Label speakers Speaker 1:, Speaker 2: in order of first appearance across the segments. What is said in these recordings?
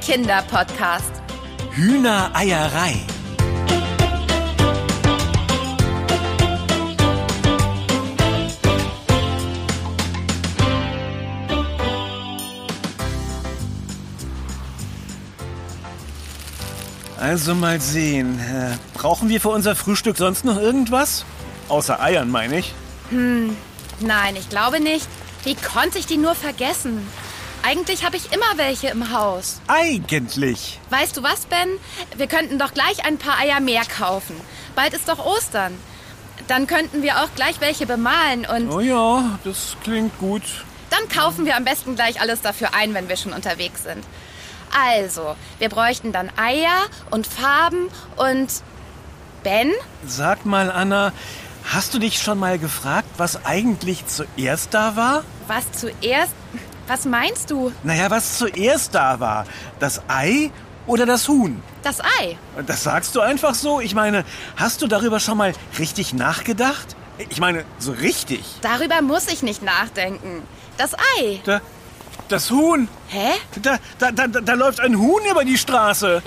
Speaker 1: Kinderpodcast.
Speaker 2: Hühnereierei. Also mal sehen. äh, Brauchen wir für unser Frühstück sonst noch irgendwas? Außer Eiern, meine ich.
Speaker 1: Nein, ich glaube nicht. Wie konnte ich die nur vergessen? Eigentlich habe ich immer welche im Haus.
Speaker 2: Eigentlich.
Speaker 1: Weißt du was, Ben? Wir könnten doch gleich ein paar Eier mehr kaufen. Bald ist doch Ostern. Dann könnten wir auch gleich welche bemalen und
Speaker 2: Oh ja, das klingt gut.
Speaker 1: Dann kaufen wir am besten gleich alles dafür ein, wenn wir schon unterwegs sind. Also, wir bräuchten dann Eier und Farben und Ben?
Speaker 2: Sag mal, Anna, hast du dich schon mal gefragt, was eigentlich zuerst da war?
Speaker 1: Was zuerst? Was meinst du?
Speaker 2: Naja, was zuerst da war? Das Ei oder das Huhn?
Speaker 1: Das Ei.
Speaker 2: Das sagst du einfach so? Ich meine, hast du darüber schon mal richtig nachgedacht? Ich meine, so richtig.
Speaker 1: Darüber muss ich nicht nachdenken. Das Ei.
Speaker 2: Da, das Huhn.
Speaker 1: Hä?
Speaker 2: Da, da, da, da läuft ein Huhn über die Straße.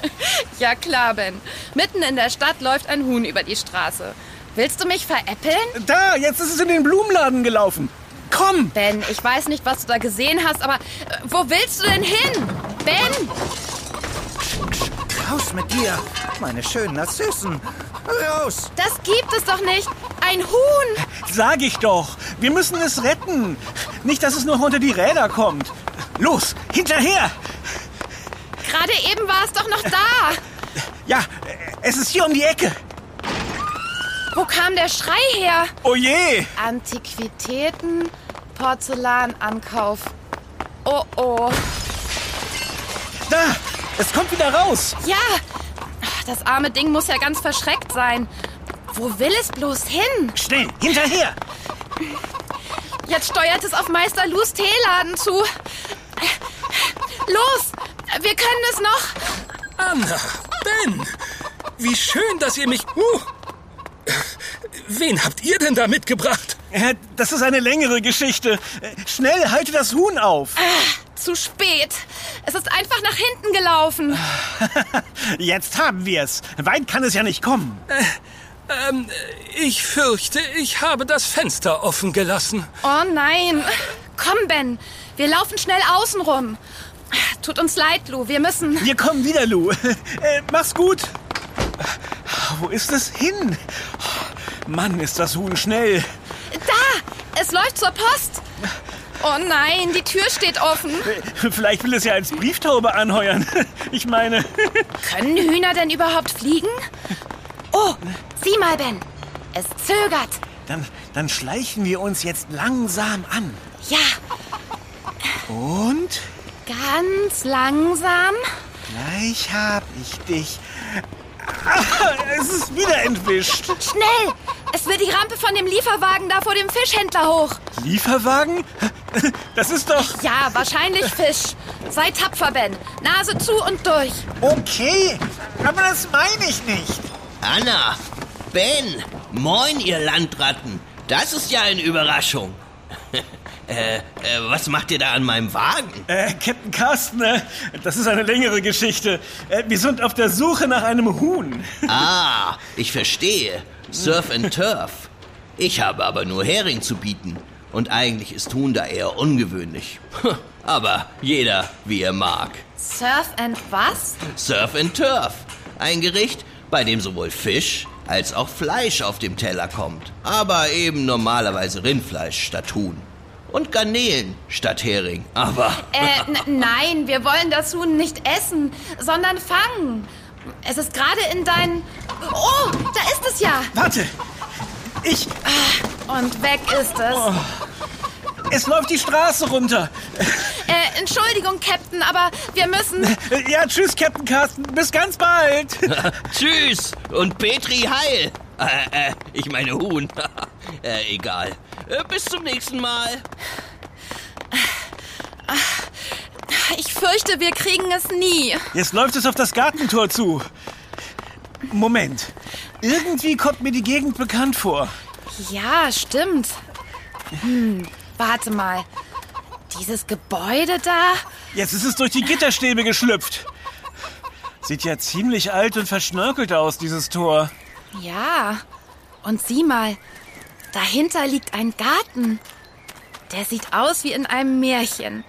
Speaker 1: Ja klar, Ben. Mitten in der Stadt läuft ein Huhn über die Straße. Willst du mich veräppeln?
Speaker 2: Da, jetzt ist es in den Blumenladen gelaufen. Komm!
Speaker 1: Ben, ich weiß nicht, was du da gesehen hast, aber äh, wo willst du denn hin? Ben!
Speaker 3: Raus mit dir, meine schönen Narzissen. Raus!
Speaker 1: Das gibt es doch nicht! Ein Huhn!
Speaker 2: Sag ich doch, wir müssen es retten. Nicht, dass es noch unter die Räder kommt. Los, hinterher!
Speaker 1: Gerade eben war es doch noch da!
Speaker 2: Ja, es ist hier um die Ecke.
Speaker 1: Wo kam der Schrei her?
Speaker 2: Oh je!
Speaker 1: Antiquitäten, Porzellanankauf. Oh oh.
Speaker 2: Da! Es kommt wieder raus!
Speaker 1: Ja, das arme Ding muss ja ganz verschreckt sein. Wo will es bloß hin?
Speaker 2: Schnell, hinterher!
Speaker 1: Jetzt steuert es auf Meister Lus Teeladen zu. Los, wir können es noch.
Speaker 4: Anna, Ben, wie schön, dass ihr mich... Uh, wen habt ihr denn da mitgebracht?
Speaker 2: Äh, Das ist eine längere Geschichte. Äh, Schnell, halte das Huhn auf!
Speaker 1: Zu spät. Es ist einfach nach hinten gelaufen.
Speaker 2: Jetzt haben wir es. Weit kann es ja nicht kommen.
Speaker 4: Ähm, ich fürchte, ich habe das Fenster offen gelassen.
Speaker 1: Oh nein. Komm, Ben. Wir laufen schnell außen rum. Tut uns leid, Lou. Wir müssen.
Speaker 2: Wir kommen wieder, Lou. Äh, Mach's gut. Wo ist es hin? Mann, ist das Huhn schnell.
Speaker 1: Da! Ah, Es läuft zur Post! Oh nein, die Tür steht offen.
Speaker 2: Äh, Vielleicht will es ja als Brieftaube anheuern. Ich meine,
Speaker 1: Können Hühner denn überhaupt fliegen? Oh, sieh mal, Ben. Es zögert.
Speaker 2: dann, dann schleichen wir uns jetzt langsam an.
Speaker 1: Ja,
Speaker 2: Und
Speaker 1: ganz langsam.
Speaker 2: gleich hab ich dich. Ah, es ist wieder entwischt.
Speaker 1: Schnell! Es will die Rampe von dem Lieferwagen da vor dem Fischhändler hoch.
Speaker 2: Lieferwagen? Das ist doch...
Speaker 1: Ja, wahrscheinlich Fisch. Sei tapfer, Ben. Nase zu und durch.
Speaker 2: Okay, aber das meine ich nicht.
Speaker 5: Anna, Ben, moin, ihr Landratten. Das ist ja eine Überraschung. äh, äh, was macht ihr da an meinem Wagen?
Speaker 2: Äh, Captain Carsten, äh, das ist eine längere Geschichte. Äh, wir sind auf der Suche nach einem Huhn.
Speaker 5: Ah, ich verstehe. Surf and Turf. Ich habe aber nur Hering zu bieten. Und eigentlich ist Huhn da eher ungewöhnlich. Aber jeder, wie er mag.
Speaker 1: Surf and was?
Speaker 5: Surf and Turf. Ein Gericht, bei dem sowohl Fisch als auch Fleisch auf dem Teller kommt. Aber eben normalerweise Rindfleisch statt Huhn. Und Garnelen statt Hering. Aber.
Speaker 1: Äh, n- nein, wir wollen das Huhn nicht essen, sondern fangen. Es ist gerade in dein... Oh, da ist es ja.
Speaker 2: Warte, ich...
Speaker 1: Und weg ist es.
Speaker 2: Es läuft die Straße runter.
Speaker 1: Äh, Entschuldigung, Captain, aber wir müssen...
Speaker 2: Äh, Ja, tschüss, Captain Carsten. Bis ganz bald.
Speaker 5: Tschüss und Petri heil. Äh, äh, ich meine Huhn. äh, egal. Äh, bis zum nächsten Mal.
Speaker 1: Ich fürchte, wir kriegen es nie.
Speaker 2: Jetzt läuft es auf das Gartentor zu. Moment. Irgendwie kommt mir die Gegend bekannt vor.
Speaker 1: Ja, stimmt. Hm, warte mal. Dieses Gebäude da?
Speaker 2: Jetzt ist es durch die Gitterstäbe geschlüpft. Sieht ja ziemlich alt und verschnörkelt aus, dieses Tor.
Speaker 1: Ja, und sieh mal, dahinter liegt ein Garten. Der sieht aus wie in einem Märchen.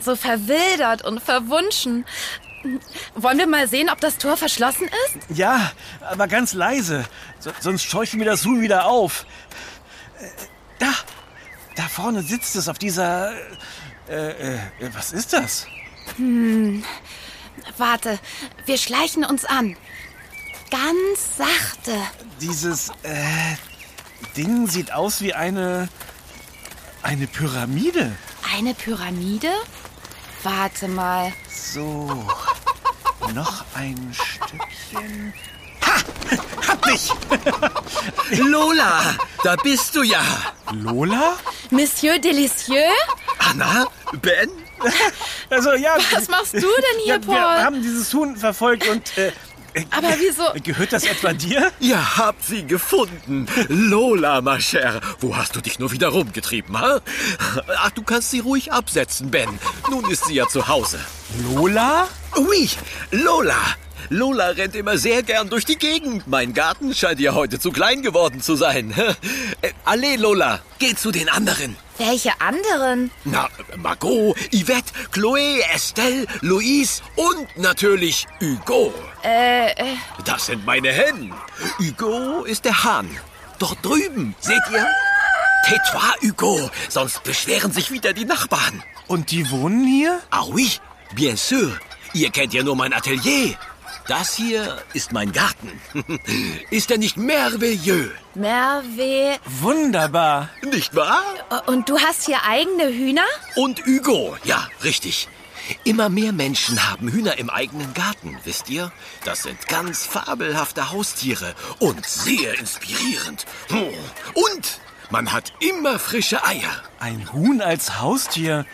Speaker 1: So verwildert und verwunschen. Wollen wir mal sehen, ob das Tor verschlossen ist?
Speaker 2: Ja, aber ganz leise. So, sonst scheuche mir das Huhn wieder auf. Äh, Da, da vorne sitzt es auf dieser... Äh, äh, was ist das?
Speaker 1: Warte, wir schleichen uns an. Ganz sachte.
Speaker 2: Dieses äh, Ding sieht aus wie eine... Eine Pyramide.
Speaker 1: Eine Pyramide? Warte mal.
Speaker 2: So, noch ein Stückchen. Ha! Hab dich!
Speaker 4: Lola, da bist du ja.
Speaker 2: Lola?
Speaker 1: Monsieur Delicieux?
Speaker 4: Anna, Ben,
Speaker 2: Also ja.
Speaker 1: Was machst du denn hier,
Speaker 2: ja, Wir
Speaker 1: Paul?
Speaker 2: haben dieses Huhn verfolgt und. Äh, äh,
Speaker 1: Aber wieso-
Speaker 2: Gehört das etwa dir?
Speaker 6: Ihr habt sie gefunden. Lola, ma chère. Wo hast du dich nur wieder rumgetrieben, ha? Ach, du kannst sie ruhig absetzen, Ben. Nun ist sie ja zu Hause.
Speaker 2: Lola?
Speaker 6: Ui, Lola. Lola rennt immer sehr gern durch die Gegend. Mein Garten scheint ihr heute zu klein geworden zu sein. Äh, Allez, Lola, geh zu den anderen.
Speaker 1: Welche anderen?
Speaker 6: Na, Margot, Yvette, Chloé, Estelle, Louise und natürlich Hugo.
Speaker 1: Äh, äh,
Speaker 6: Das sind meine Hennen. Hugo ist der Hahn. Dort drüben, seht ihr? Tetoire, Hugo, sonst beschweren sich wieder die Nachbarn.
Speaker 2: Und die wohnen hier?
Speaker 6: Ah oui, bien sûr. Ihr kennt ja nur mein Atelier. Das hier ist mein Garten. Ist er nicht merveilleux?
Speaker 1: Merve.
Speaker 2: Wunderbar.
Speaker 6: Nicht wahr?
Speaker 1: Oh, Und du hast hier eigene Hühner?
Speaker 6: Und Hugo, ja, richtig. Immer mehr Menschen haben Hühner im eigenen Garten, wisst ihr? Das sind ganz fabelhafte Haustiere und sehr inspirierend. Hm. Und man hat immer frische Eier.
Speaker 2: Ein Huhn als Haustier?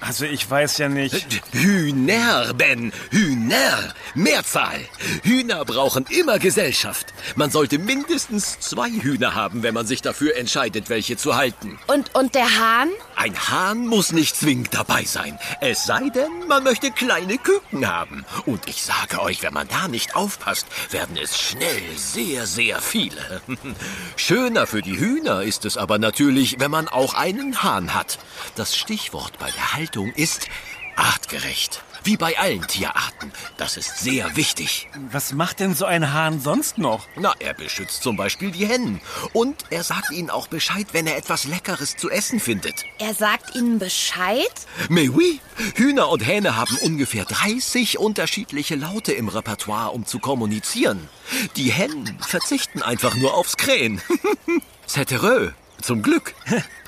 Speaker 2: Also ich weiß ja nicht.
Speaker 6: Hühner, Ben, Hühner, Mehrzahl. Hühner brauchen immer Gesellschaft. Man sollte mindestens zwei Hühner haben, wenn man sich dafür entscheidet, welche zu halten.
Speaker 1: Und, und der Hahn?
Speaker 6: Ein Hahn muss nicht zwingend dabei sein, es sei denn, man möchte kleine Küken haben. Und ich sage euch, wenn man da nicht aufpasst, werden es schnell sehr, sehr viele. Schöner für die Hühner ist es aber natürlich, wenn man auch einen Hahn hat. Das Stichwort bei der Haltung ist artgerecht. Wie bei allen Tierarten. Das ist sehr wichtig.
Speaker 2: Was macht denn so ein Hahn sonst noch?
Speaker 6: Na, er beschützt zum Beispiel die Hennen. Und er sagt ihnen auch Bescheid, wenn er etwas Leckeres zu essen findet.
Speaker 1: Er sagt ihnen Bescheid?
Speaker 6: Mais oui, Hühner und Hähne haben ungefähr 30 unterschiedliche Laute im Repertoire, um zu kommunizieren. Die Hennen verzichten einfach nur aufs Krähen. Cetereux, zum Glück.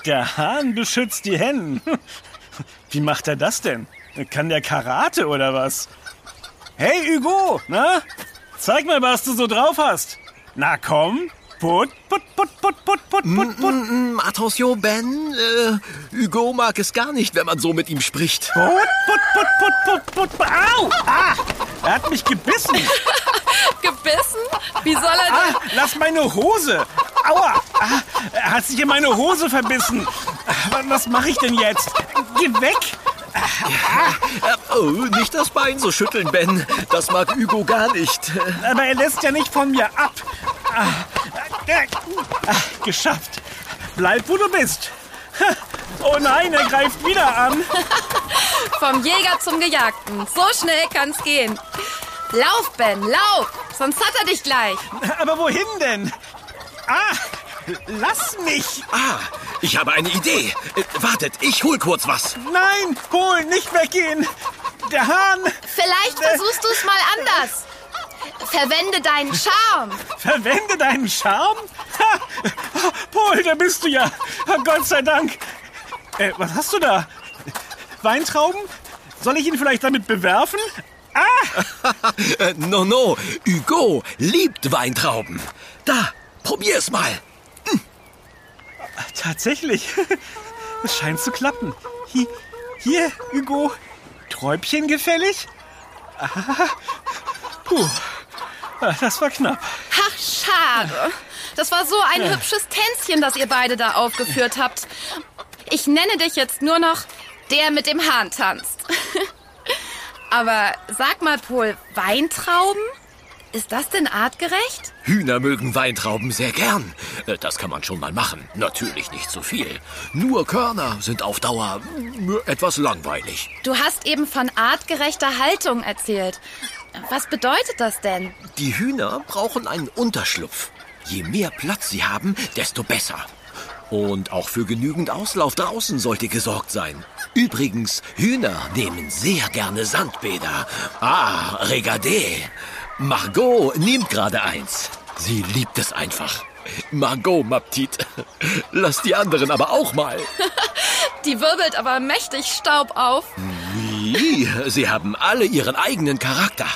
Speaker 2: Der Hahn beschützt die Hennen. Wie macht er das denn? Kann der Karate oder was? Hey Hugo, na? Zeig mal, was du so drauf hast. Na komm. Put, put, put, put, put, put, put, put.
Speaker 6: Mm, Attention, Ben. Äh, Hugo mag es gar nicht, wenn man so mit ihm spricht.
Speaker 2: Put, put, put, put, put, put, put. Au! Ah! Er hat mich gebissen.
Speaker 1: Gebissen? Wie soll er
Speaker 2: Ah, lass meine Hose. Aua! Ah, er hat sich in meine Hose verbissen. Ah, Was mache ich denn jetzt? Geh weg!
Speaker 6: Äh, oh, nicht das Bein so schütteln, Ben. Das mag Hugo gar nicht. Äh,
Speaker 2: Aber er lässt ja nicht von mir ab. Ah, äh, ah, Geschafft. Bleib, wo du bist. Ha, Oh nein, er greift wieder an.
Speaker 1: Vom Jäger zum Gejagten. So schnell kann's gehen. Lauf, Ben, lauf! Sonst hat er dich gleich.
Speaker 2: Aber wohin denn? Ah, lass mich.
Speaker 6: Ah, ich habe eine Idee. Äh, wartet, ich hol kurz was.
Speaker 2: Nein, hol, nicht weggehen. Der Hahn,
Speaker 1: Vielleicht versuchst du es mal anders. Verwende deinen Charme.
Speaker 2: verwende deinen Charme. Ha, Paul, da bist du ja. Gott sei Dank. Äh, was hast du da? Weintrauben? Soll ich ihn vielleicht damit bewerfen?
Speaker 6: Äh, no, no, Hugo liebt Weintrauben. Da, probier's mal.
Speaker 2: Tatsächlich. Es scheint zu klappen. Hi- Hier, Hugo. Träubchen gefällig? Aha. Puh. Ah, Das war knapp.
Speaker 1: Ach, schade. Das war so ein hübsches Tänzchen, das ihr beide da aufgeführt habt. Ich nenne dich jetzt nur noch der mit dem Hahn tanzt. Aber sag mal, Pol, Weintrauben? Ist das denn artgerecht?
Speaker 6: Hühner mögen Weintrauben sehr gern. Äh, Das kann man schon mal machen. Natürlich nicht zu viel. Nur Körner sind auf Dauer mm, etwas langweilig.
Speaker 1: Du hast eben von artgerechter Haltung erzählt. Was bedeutet das denn?
Speaker 6: Die Hühner brauchen einen Unterschlupf. Je mehr Platz sie haben, desto besser. Und auch für genügend Auslauf draußen sollte gesorgt sein. Übrigens, Hühner nehmen sehr gerne Sandbäder. Ah, Regadé. Margot nimmt gerade eins. Sie liebt es einfach. Margot, ma petite. Lass die anderen aber auch mal.
Speaker 1: Die wirbelt aber mächtig Staub auf.
Speaker 6: Wie? Sie haben alle ihren eigenen Charakter.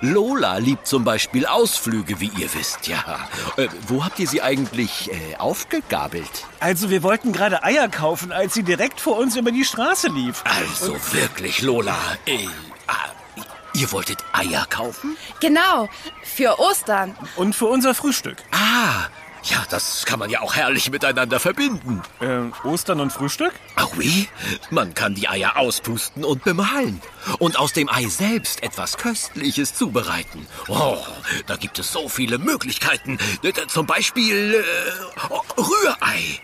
Speaker 6: Lola liebt zum Beispiel Ausflüge, wie ihr wisst, ja. Äh, wo habt ihr sie eigentlich äh, aufgegabelt?
Speaker 2: Also wir wollten gerade Eier kaufen, als sie direkt vor uns über die Straße lief.
Speaker 6: Also wirklich, Lola. Äh, ah, ihr wolltet Eier kaufen?
Speaker 1: Genau, für Ostern.
Speaker 2: Und für unser Frühstück.
Speaker 6: Ah, ja, das kann man ja auch herrlich miteinander verbinden.
Speaker 2: Ähm, Ostern und Frühstück?
Speaker 6: Ah, oui, man kann die Eier auspusten und bemalen. Und aus dem Ei selbst etwas Köstliches zubereiten. Oh, da gibt es so viele Möglichkeiten. D- d- Zum Beispiel äh, Rührei.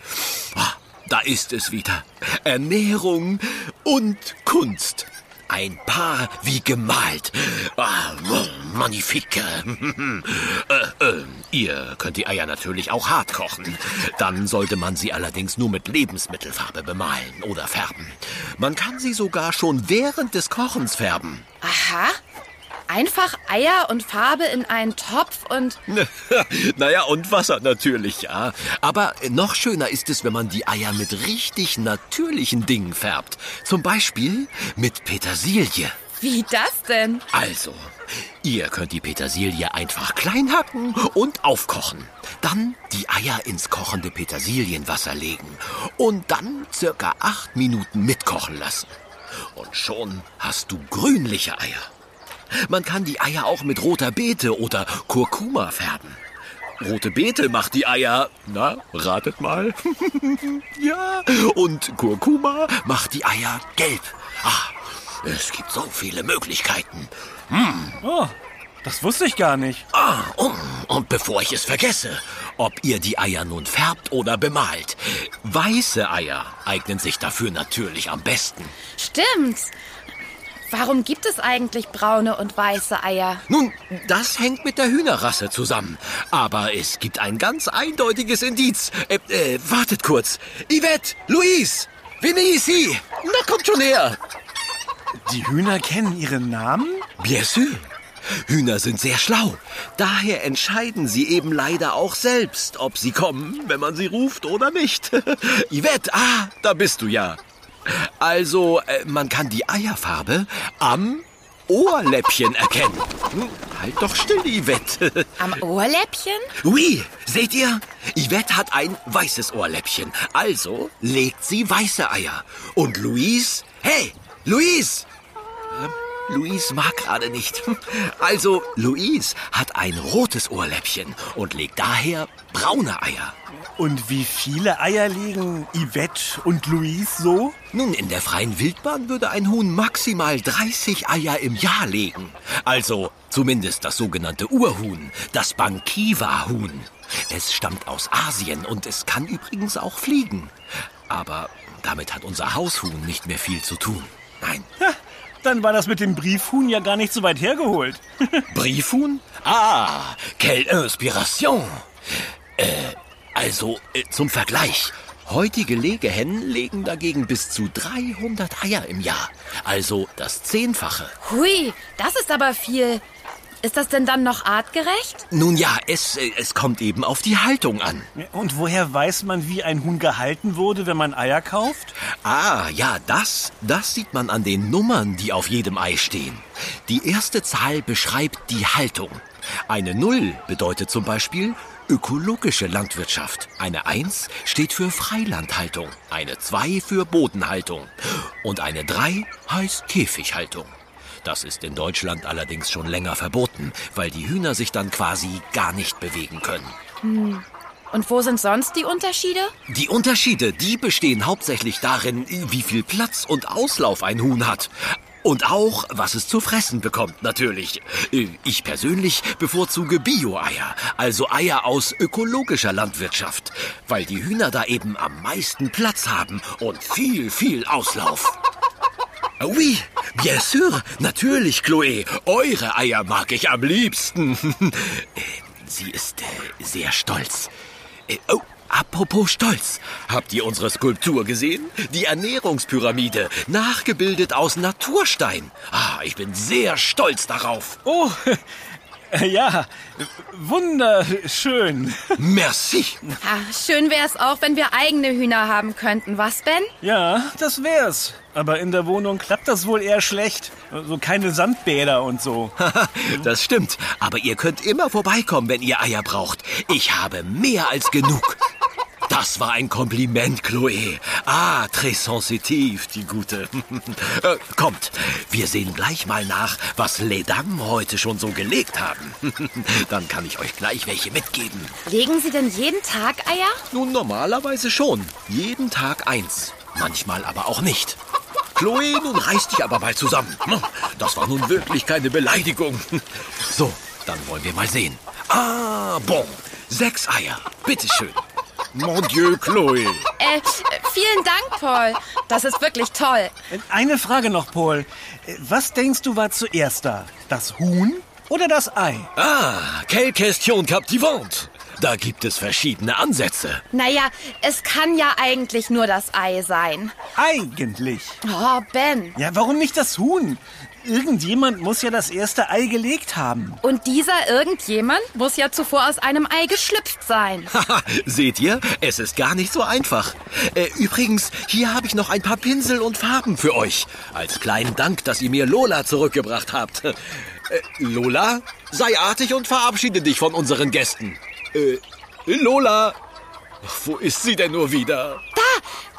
Speaker 6: Ah, Da ist es wieder. Ernährung und Kunst. Ein Paar wie gemalt. Ah, mm, magnifique. äh, äh, ihr könnt die Eier natürlich auch hart kochen. Dann sollte man sie allerdings nur mit Lebensmittelfarbe bemalen oder färben. Man kann sie sogar schon während des Kochens färben.
Speaker 1: Aha. Einfach Eier und Farbe in einen Topf und
Speaker 6: naja, und Wasser natürlich, ja. Aber noch schöner ist es, wenn man die Eier mit richtig natürlichen Dingen färbt. Zum Beispiel mit Petersilie.
Speaker 1: wie das denn?
Speaker 6: Also, ihr könnt die Petersilie einfach klein hacken und aufkochen. Dann die Eier ins kochende Petersilienwasser legen und dann circa acht Minuten mitkochen lassen. Und schon hast du grünliche Eier. Man kann die Eier auch mit roter Beete oder Kurkuma färben. Rote Beete macht die Eier, na, ratet mal. ja, und Kurkuma macht die Eier gelb. Ah, es gibt so viele Möglichkeiten.
Speaker 2: Oh, das wusste ich gar nicht.
Speaker 6: Ah, um, und bevor ich es vergesse, ob ihr die Eier nun färbt oder bemalt, weiße Eier eignen sich dafür natürlich am besten.
Speaker 1: Stimmt. Warum gibt es eigentlich braune und weiße Eier?
Speaker 6: Nun, das hängt mit der Hühnerrasse zusammen. Aber es gibt ein ganz eindeutiges Indiz. Äh, äh, wartet kurz. Yvette, Luis, Vinicius, na kommt schon her.
Speaker 2: Die Hühner kennen ihren Namen?
Speaker 6: Bien sûr. Hühner sind sehr schlau. Daher entscheiden sie eben leider auch selbst, ob sie kommen, wenn man sie ruft oder nicht. Yvette, ah, da bist du ja. Also, äh, man kann die Eierfarbe am Ohrläppchen erkennen. Hm, Halt doch still, Yvette.
Speaker 1: Am Ohrläppchen?
Speaker 6: Oui, seht ihr? Yvette hat ein weißes Ohrläppchen. Also legt sie weiße Eier. Und Luis? Hey, Luis! Ähm, Luis mag gerade nicht. Also, Luis hat ein rotes Ohrläppchen und legt daher braune Eier.
Speaker 2: Und wie viele Eier legen Yvette und Luis so?
Speaker 6: Nun, in der freien Wildbahn würde ein Huhn maximal 30 Eier im Jahr legen. Also zumindest das sogenannte Urhuhn, das Bankiva-Huhn. Es stammt aus Asien und es kann übrigens auch fliegen. Aber damit hat unser Haushuhn nicht mehr viel zu tun. Nein.
Speaker 2: Dann war das mit dem Briefhuhn ja gar nicht so weit hergeholt.
Speaker 6: Briefhuhn? Ah, quelle Inspiration! Äh, also äh, zum Vergleich. Heutige Legehennen legen dagegen bis zu 300 Eier im Jahr. Also das Zehnfache.
Speaker 1: Hui, das ist aber viel. Ist das denn dann noch artgerecht?
Speaker 6: Nun ja, es, äh, es kommt eben auf die Haltung an.
Speaker 2: Und woher weiß man, wie ein Huhn gehalten wurde, wenn man Eier kauft?
Speaker 6: Ah, ja, das, das sieht man an den Nummern, die auf jedem Ei stehen. Die erste Zahl beschreibt die Haltung. Eine Null bedeutet zum Beispiel ökologische Landwirtschaft. Eine Eins steht für Freilandhaltung, eine Zwei für Bodenhaltung und eine Drei heißt Käfighaltung. Das ist in Deutschland allerdings schon länger verboten, weil die Hühner sich dann quasi gar nicht bewegen können.
Speaker 1: Und wo sind sonst die Unterschiede?
Speaker 6: Die Unterschiede, die bestehen hauptsächlich darin, wie viel Platz und Auslauf ein Huhn hat. Und auch, was es zu fressen bekommt, natürlich. Äh, Ich persönlich bevorzuge Bio-Eier, also Eier aus ökologischer Landwirtschaft, weil die Hühner da eben am meisten Platz haben und viel, viel Auslauf. Ah Oui, bien sûr, natürlich, Chloé. Eure Eier mag ich am liebsten. Äh, Sie ist äh, sehr stolz. Äh, Oh, apropos stolz. Habt ihr unsere Skulptur gesehen? Die Ernährungspyramide, nachgebildet aus Naturstein. Ah, ich bin sehr stolz darauf.
Speaker 2: Oh, ja, wunderschön.
Speaker 6: Merci.
Speaker 1: Ah, schön wäre es auch, wenn wir eigene Hühner haben könnten, was, Ben?
Speaker 2: Ja, das wär's. Aber in der Wohnung klappt das wohl eher schlecht. So keine Sandbäder und so.
Speaker 6: das stimmt. Aber ihr könnt immer vorbeikommen, wenn ihr Eier braucht. Ich habe mehr als genug. Das war ein Kompliment, Chloé. Ah, très sensitiv, die Gute. Äh, Kommt, wir sehen gleich mal nach, was Les Dames heute schon so gelegt haben. Dann kann ich euch gleich welche mitgeben.
Speaker 1: Legen Sie denn jeden Tag Eier?
Speaker 6: Nun, normalerweise schon. Jeden Tag eins. Manchmal aber auch nicht. Chloe, nun reiß dich aber mal zusammen. Hm, Das war nun wirklich keine Beleidigung. So, dann wollen wir mal sehen. Ah, bon. Sechs Eier. Bitteschön. Mon Dieu, Chloe.
Speaker 1: Äh, vielen Dank, Paul. Das ist wirklich toll.
Speaker 2: Eine Frage noch, Paul. Was denkst du war zuerst da? Das Huhn oder das Ei?
Speaker 6: Ah, quelle question captivante. Da gibt es verschiedene Ansätze.
Speaker 1: Naja, es kann ja eigentlich nur das Ei sein.
Speaker 2: Eigentlich.
Speaker 1: Oh, Ben.
Speaker 2: Ja, warum nicht das Huhn? Irgendjemand muss ja das erste Ei gelegt haben.
Speaker 1: Und dieser irgendjemand muss ja zuvor aus einem Ei geschlüpft sein.
Speaker 6: Haha, Seht ihr, es ist gar nicht so einfach. Äh, übrigens, hier habe ich noch ein paar Pinsel und Farben für euch. Als kleinen Dank, dass ihr mir Lola zurückgebracht habt. Äh, Lola, sei artig und verabschiede dich von unseren Gästen. Äh, Lola, wo ist sie denn nur wieder?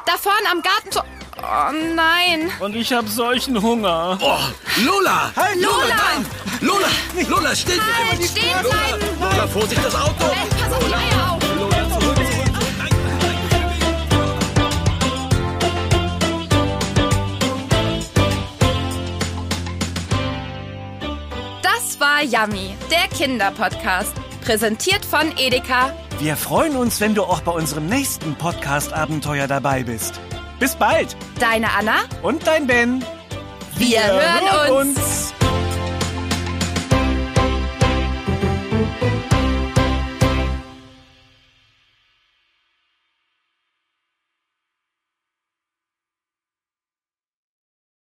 Speaker 1: Da vorne am Gartentor. Oh nein.
Speaker 2: Und ich habe solchen Hunger.
Speaker 6: Oh, Lola!
Speaker 2: Hey, Lola!
Speaker 6: nein! Lola, Lola, still!
Speaker 1: Halt, stehen bleiben!
Speaker 6: Lola, Lola, Vorsicht, das Auto!
Speaker 1: Ben, pass auf die Eier auf!
Speaker 6: Lola, zurück, zurück, zurück. Nein, nein, nein.
Speaker 1: Das war Yummy, der Kinderpodcast. Präsentiert von Edeka.
Speaker 2: Wir freuen uns, wenn du auch bei unserem nächsten Podcast-Abenteuer dabei bist. Bis bald
Speaker 1: Deine Anna?
Speaker 2: und dein Ben.
Speaker 1: Wir hören uns.